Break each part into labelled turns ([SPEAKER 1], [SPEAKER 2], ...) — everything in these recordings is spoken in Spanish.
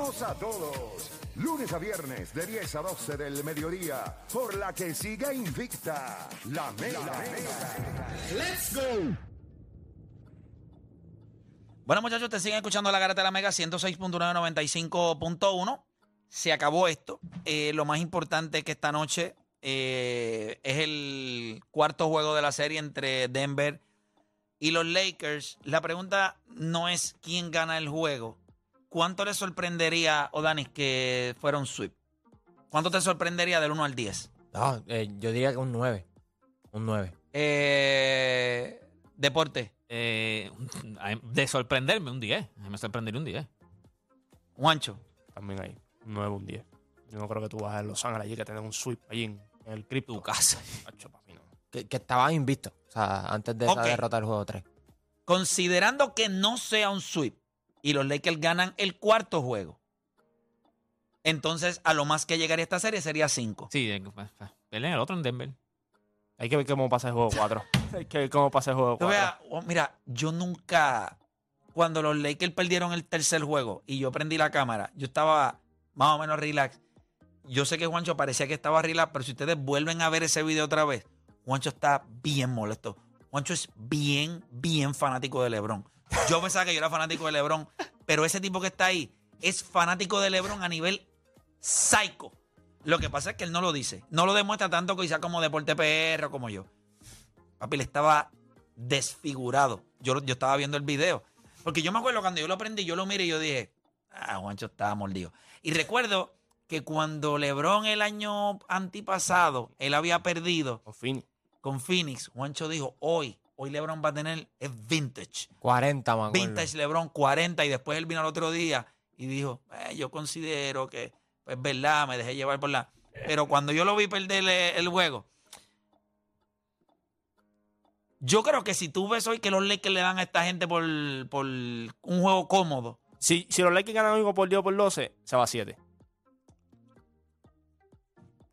[SPEAKER 1] Bienvenidos a todos. Lunes a viernes de 10 a 12 del mediodía, por la que siga invicta la Mega.
[SPEAKER 2] Let's go.
[SPEAKER 3] Bueno, muchachos, te siguen escuchando la Garata de la Mega 106.995.1. Se acabó esto. Eh, lo más importante es que esta noche eh, es el cuarto juego de la serie entre Denver y los Lakers. La pregunta no es quién gana el juego. ¿Cuánto le sorprendería, Odanis, que fuera un sweep? ¿Cuánto te sorprendería del 1 al 10?
[SPEAKER 4] No, eh, yo diría que un 9. Un 9.
[SPEAKER 3] Eh, deporte.
[SPEAKER 5] Eh, de sorprenderme un 10. A mí Me sorprendería un 10.
[SPEAKER 3] Juancho.
[SPEAKER 6] También ahí. Un 9, un 10. Yo no creo que tú vas a Los Ángeles allí que tenés un sweep allí en, en el cripto.
[SPEAKER 5] Tu casa.
[SPEAKER 6] Acho, papi, no.
[SPEAKER 4] Que, que estaba invisto. O sea, antes de
[SPEAKER 3] Ok.
[SPEAKER 4] esa derrota del juego 3.
[SPEAKER 3] Considerando que no sea un sweep y los Lakers ganan el cuarto juego, entonces a lo más que llegaría esta serie sería 5.
[SPEAKER 5] Sí, eh, pues, pues, él en el otro en Denver.
[SPEAKER 6] Hay que ver cómo pasa el juego 4. Hay que ver cómo pasa el juego 4.
[SPEAKER 3] oh, mira, yo nunca, cuando los Lakers perdieron el tercer juego y yo prendí la cámara, yo estaba más o menos relax. Yo sé que Juancho parecía que estaba relax, pero si ustedes vuelven a ver ese video otra vez, Juancho está bien molesto. Juancho es bien, bien fanático de Lebron. Yo pensaba que yo era fanático de Lebron, pero ese tipo que está ahí es fanático de Lebron a nivel psycho. Lo que pasa es que él no lo dice. No lo demuestra tanto quizás como Deporte PR o como yo. Papi, le estaba desfigurado. Yo, lo- yo estaba viendo el video. Porque yo me acuerdo cuando yo lo aprendí, yo lo miré y yo dije, ah, Juancho estaba mordido. Y recuerdo que cuando Lebron el año antipasado, él había perdido
[SPEAKER 6] Con Fini.
[SPEAKER 3] con Phoenix, Juancho dijo, hoy, hoy Lebron va a tener, es vintage.
[SPEAKER 4] 40, man.
[SPEAKER 3] Vintage Lebron 40 y después él vino al otro día y dijo, "Eh, yo considero que pues, es verdad, me dejé llevar por la... Pero cuando yo lo vi perder el, el juego, yo creo que si tú ves hoy que los Lakers le dan a esta gente por, por un juego cómodo,
[SPEAKER 6] Si, si los Lakers ganan algo por 10 o por 12, se va a 7.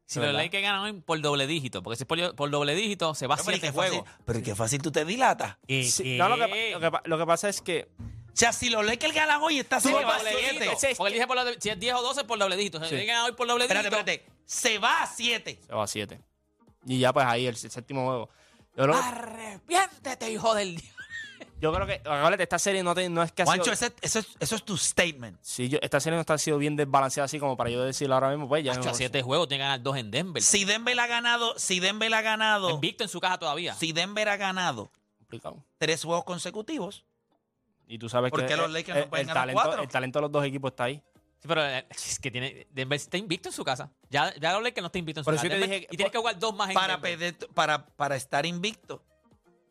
[SPEAKER 5] Si
[SPEAKER 6] ¿Verdad?
[SPEAKER 5] los Lakers ganan hoy por doble dígito, porque si es por, por doble dígito se va a
[SPEAKER 3] pero y
[SPEAKER 5] 7
[SPEAKER 3] qué
[SPEAKER 5] juegos.
[SPEAKER 3] fácil- pero y qué fácil tú te dilatas.
[SPEAKER 6] Sí, no, lo, que, pa- lo, que, pa- lo que pasa es que
[SPEAKER 3] O sea, si los Lakers ganan hoy, esta
[SPEAKER 5] Sí,
[SPEAKER 3] serie
[SPEAKER 5] por
[SPEAKER 3] va a
[SPEAKER 5] doble dígito.
[SPEAKER 3] siete.
[SPEAKER 6] ese es
[SPEAKER 5] Porque él dice por doble- si es 10 o 12 por doble dígito. Si
[SPEAKER 6] Sí.
[SPEAKER 5] ganan hoy por doble dígito.
[SPEAKER 3] Espérate, espérate. Se va a 7.
[SPEAKER 6] se va a 7. Y ya pues ahí el, el séptimo juego. Yo creo,
[SPEAKER 5] Arrepiéntete, hijo del diablo.
[SPEAKER 6] yo creo que, acuérdate, esta serie no, te- no es que ha
[SPEAKER 3] Juancho,
[SPEAKER 6] sido-
[SPEAKER 3] ese- eso, es- eso es tu statement.
[SPEAKER 6] Sí, yo- esta serie no está ha sido bien desbalanceada así como para yo decirlo ahora mismo. Pues ya
[SPEAKER 5] Hacho,
[SPEAKER 6] no-
[SPEAKER 5] a 7 juegos, tiene que ganar 2 en Denver.
[SPEAKER 3] Si Denver ha ganado, si Denver ha ganado,
[SPEAKER 5] Invicto en su casa todavía.
[SPEAKER 3] si Denver ha ganado
[SPEAKER 6] complicado.
[SPEAKER 3] tres juegos consecutivos,
[SPEAKER 6] Y tú sabes
[SPEAKER 3] ¿Por
[SPEAKER 6] que
[SPEAKER 3] qué los
[SPEAKER 6] el-
[SPEAKER 3] Lakers no
[SPEAKER 6] el-
[SPEAKER 3] pueden
[SPEAKER 6] el
[SPEAKER 3] ganar
[SPEAKER 6] talento,
[SPEAKER 3] cuatro?
[SPEAKER 6] El talento de los dos equipos está ahí.
[SPEAKER 5] Sí, pero eh, es que tiene. Denver está invicto en su casa. Ya, ya lo hablé que no está invicto en su
[SPEAKER 6] Por eso
[SPEAKER 5] casa.
[SPEAKER 6] yo te
[SPEAKER 5] Denver-
[SPEAKER 6] dije que-
[SPEAKER 5] y tiene que jugar dos más en
[SPEAKER 3] para,
[SPEAKER 5] Denver.
[SPEAKER 3] perder- para, para estar invicto.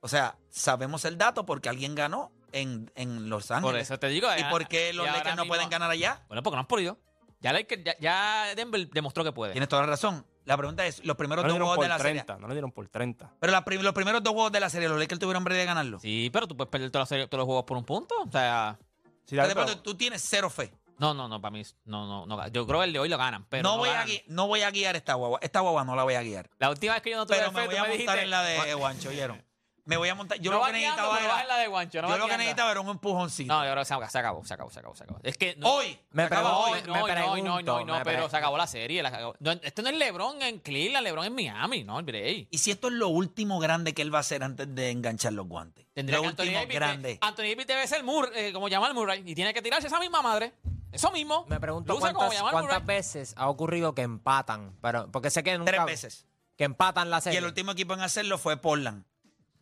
[SPEAKER 3] O sea, sabemos el dato porque alguien ganó en, en Los
[SPEAKER 5] Por
[SPEAKER 3] Ángeles.
[SPEAKER 5] eso te digo.
[SPEAKER 3] ¿Y
[SPEAKER 5] eh,
[SPEAKER 3] por qué los
[SPEAKER 5] y ahora
[SPEAKER 3] Lakers no
[SPEAKER 5] mismo-
[SPEAKER 3] pueden ganar allá?
[SPEAKER 5] Bueno, porque no han podido. Ya, Lakers- ya, ya Denver demostró que puede.
[SPEAKER 3] Tienes toda la razón. La pregunta es, los primeros
[SPEAKER 6] No le
[SPEAKER 3] dos
[SPEAKER 6] dieron
[SPEAKER 3] juegos de
[SPEAKER 6] por
[SPEAKER 3] la serie.
[SPEAKER 6] 30. No le dieron por 30.
[SPEAKER 3] Pero la prim- los primeros dos juegos de la serie, los Lakers tuvieron breve de ganarlo.
[SPEAKER 5] Sí, pero tú puedes perder toda la serie- todos los juegos por un punto. O sea,
[SPEAKER 6] Sí,
[SPEAKER 3] Pero
[SPEAKER 6] dale,
[SPEAKER 3] de
[SPEAKER 6] pero-
[SPEAKER 3] pronto tú tienes cero fe.
[SPEAKER 5] no, no, no, para mí, es- no, no, no. Yo creo que el de hoy lo ganan, pero.
[SPEAKER 3] no, voy a
[SPEAKER 5] ganan.
[SPEAKER 3] gui- no voy a guiar esta guagua. Esta guagua no la voy a guiar.
[SPEAKER 5] La última vez que yo no tuve
[SPEAKER 3] Pero
[SPEAKER 5] fe,
[SPEAKER 3] me
[SPEAKER 5] tú
[SPEAKER 3] voy a montar
[SPEAKER 5] dijiste,
[SPEAKER 3] en la de Guancho, ¿oyeron? Me voy a montar. Yo
[SPEAKER 5] no
[SPEAKER 3] lo
[SPEAKER 5] vas
[SPEAKER 3] que
[SPEAKER 5] guiando,
[SPEAKER 3] necesitaba
[SPEAKER 5] pero vas en
[SPEAKER 3] era.
[SPEAKER 5] la de Guancho. No
[SPEAKER 3] yo
[SPEAKER 5] vas
[SPEAKER 3] lo que
[SPEAKER 5] guiando.
[SPEAKER 3] necesitaba era un empujoncito.
[SPEAKER 5] No, yo creo que se acabó, se acabó, se acabó, se acabó, se acabó. Es que no-
[SPEAKER 3] Hoy.
[SPEAKER 4] Me
[SPEAKER 5] Se acabó
[SPEAKER 4] pregunto,
[SPEAKER 5] hoy,
[SPEAKER 4] me-
[SPEAKER 5] no,
[SPEAKER 4] me
[SPEAKER 5] hoy, no, hoy, no, hoy, no, hoy,
[SPEAKER 4] pregunto,
[SPEAKER 5] no,
[SPEAKER 4] me
[SPEAKER 5] pero
[SPEAKER 4] pre-
[SPEAKER 5] se acabó la serie. la acabó. No, este no es LeBron en Cleveland, LeBron en Miami, no, hombre. ey.
[SPEAKER 3] Y si esto es lo último grande que él va a hacer antes de enganchar los guantes.
[SPEAKER 5] Tendría
[SPEAKER 3] lo
[SPEAKER 5] que
[SPEAKER 3] último
[SPEAKER 5] Davis,
[SPEAKER 3] grande.
[SPEAKER 5] Anthony Davis debe ser Mur, eh, como Jamal Murray y tiene que tirarse esa misma madre. Eso mismo.
[SPEAKER 4] Me pregunto
[SPEAKER 5] Luce
[SPEAKER 4] cuántas,
[SPEAKER 5] como Jamal
[SPEAKER 4] cuántas
[SPEAKER 5] Murray.
[SPEAKER 4] veces ha ocurrido que empatan. Pero, porque sé que nunca.
[SPEAKER 3] Tres veces.
[SPEAKER 4] Que empatan la
[SPEAKER 3] Y
[SPEAKER 4] serie.
[SPEAKER 3] el último equipo en hacerlo fue Portland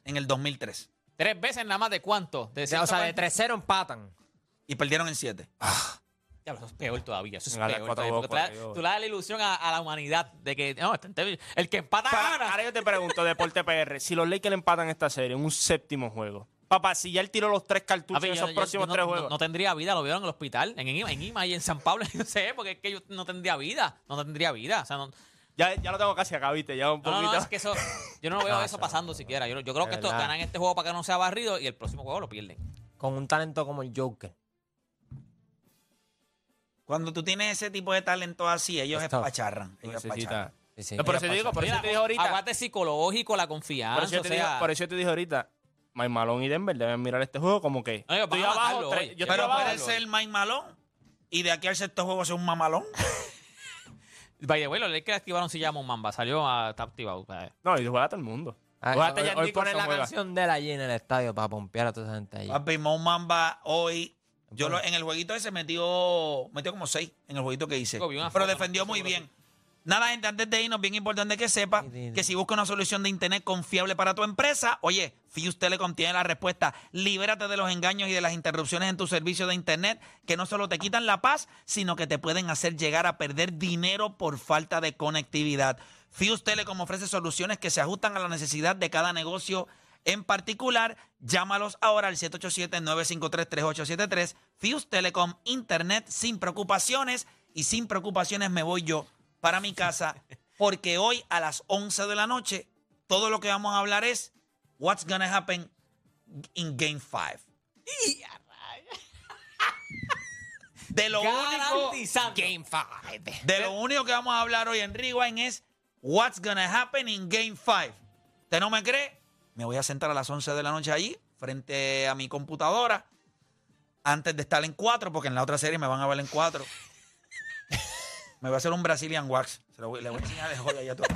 [SPEAKER 3] en el 2003.
[SPEAKER 5] Tres veces nada más de cuánto. De
[SPEAKER 4] O sea, o sea, de
[SPEAKER 5] 140.
[SPEAKER 4] 3-0 empatan.
[SPEAKER 3] Y perdieron en siete.
[SPEAKER 5] Diablo, eso es peor todavía. Eso es
[SPEAKER 6] Gana
[SPEAKER 5] peor
[SPEAKER 6] cuatro
[SPEAKER 5] todavía.
[SPEAKER 6] juegos
[SPEAKER 5] Porque tú le-
[SPEAKER 6] corridos.
[SPEAKER 5] tú le das la ilusión a, a la humanidad de que no, este- este- el que empata
[SPEAKER 6] Para-
[SPEAKER 5] gana.
[SPEAKER 6] ahora yo te pregunto, Deporte PR, si los Lakers empatan esta serie en un séptimo juego, papá, si ya él tiró los tres cartuchos
[SPEAKER 5] Papi,
[SPEAKER 6] en
[SPEAKER 5] yo-
[SPEAKER 6] esos
[SPEAKER 5] yo-
[SPEAKER 6] próximos
[SPEAKER 5] yo no,
[SPEAKER 6] tres
[SPEAKER 5] no-
[SPEAKER 6] juegos,
[SPEAKER 5] No, tendría vida, lo vieron en el hospital, en Ima, en Ima y en San Pablo, yo sé, porque es que yo no tendría vida, no tendría vida. O sea, no,
[SPEAKER 6] ya, ya lo tengo casi acá, viste, ya un
[SPEAKER 5] no,
[SPEAKER 6] poquito.
[SPEAKER 5] no, no, es que eso, yo no veo
[SPEAKER 4] No,
[SPEAKER 5] eso
[SPEAKER 4] eso
[SPEAKER 5] pasando siquiera. Yo, yo creo
[SPEAKER 4] De
[SPEAKER 5] que estos
[SPEAKER 4] verdad.
[SPEAKER 5] ganan este juego para que no sea barrido y el próximo juego lo pierden.
[SPEAKER 4] Con un talento como el Joker.
[SPEAKER 3] Cuando tú tienes ese tipo de talento así, ellos
[SPEAKER 4] Está-
[SPEAKER 3] espacharran. Ellos
[SPEAKER 6] Necesita-
[SPEAKER 3] espacharran.
[SPEAKER 4] Sí, sí.
[SPEAKER 6] No, pero si te digo, por eso
[SPEAKER 5] Mira,
[SPEAKER 6] te dije ahorita,
[SPEAKER 5] Aguante psicológico, la
[SPEAKER 6] por
[SPEAKER 5] confianza.
[SPEAKER 6] eso yo te
[SPEAKER 5] o
[SPEAKER 6] dije-
[SPEAKER 5] sea,
[SPEAKER 6] por eso yo te dije ahorita, Mike Malone y Denver deben mirar este juego como que
[SPEAKER 5] No, digo,
[SPEAKER 6] estoy
[SPEAKER 5] vamos a
[SPEAKER 6] abajo,
[SPEAKER 5] matarlo,
[SPEAKER 6] tres-
[SPEAKER 5] oye.
[SPEAKER 6] yo estoy
[SPEAKER 3] Pero
[SPEAKER 6] abajo.
[SPEAKER 3] puede ser Mike Malone y de aquí al sexto juego ser un mamalón.
[SPEAKER 5] By the way, los Lakers activaron si llama un Mamba. Salió, ah, está activado. Eh,
[SPEAKER 6] No, y juega a todo el mundo.
[SPEAKER 4] Ay,
[SPEAKER 6] Juega hasta
[SPEAKER 4] Ah, hoy
[SPEAKER 6] Jan
[SPEAKER 4] hoy
[SPEAKER 6] Nicholson
[SPEAKER 4] ponen la
[SPEAKER 6] juega.
[SPEAKER 4] canción de él allí en el estadio para pompear a toda esa gente allí.
[SPEAKER 3] Papi, Mo Mamba hoy. Yo lo- en el jueguito ese metió, metió como seis en el jueguito que hice.
[SPEAKER 5] Chico, vi una
[SPEAKER 3] Pero
[SPEAKER 5] foto,
[SPEAKER 3] defendió
[SPEAKER 5] no sé
[SPEAKER 3] muy
[SPEAKER 5] cómo
[SPEAKER 3] bien. Nada, gente, antes de irnos, bien importante que sepa
[SPEAKER 4] Sí, sí, sí.
[SPEAKER 3] que si busca una solución de internet confiable para tu empresa, oye, Fuse Telecom tiene la respuesta. Libérate de los engaños y de las interrupciones en tu servicio de internet que no solo te quitan la paz, sino que te pueden hacer llegar a perder dinero por falta de conectividad. Fuse Telecom ofrece soluciones que se ajustan a la necesidad de cada negocio en particular. Llámalos ahora al 787-953-3873. Fuse Telecom Internet sin preocupaciones y sin preocupaciones me voy yo para mi casa porque hoy a las 11 de la noche todo lo que vamos a hablar es what's gonna happen in game 5. De lo único
[SPEAKER 5] Garantizando.
[SPEAKER 4] Game 5.
[SPEAKER 3] de lo único que vamos a hablar hoy en Rewind es What's gonna happen in Game 5. ¿Usted no me cree? Me voy a sentar a las 11 de la noche allí, frente a mi computadora, antes de estar en 4, porque en la otra serie me van a ver en 4. me voy a hacer un Brazilian Wax. Se lo voy- le voy a enseñar de joya ya todo.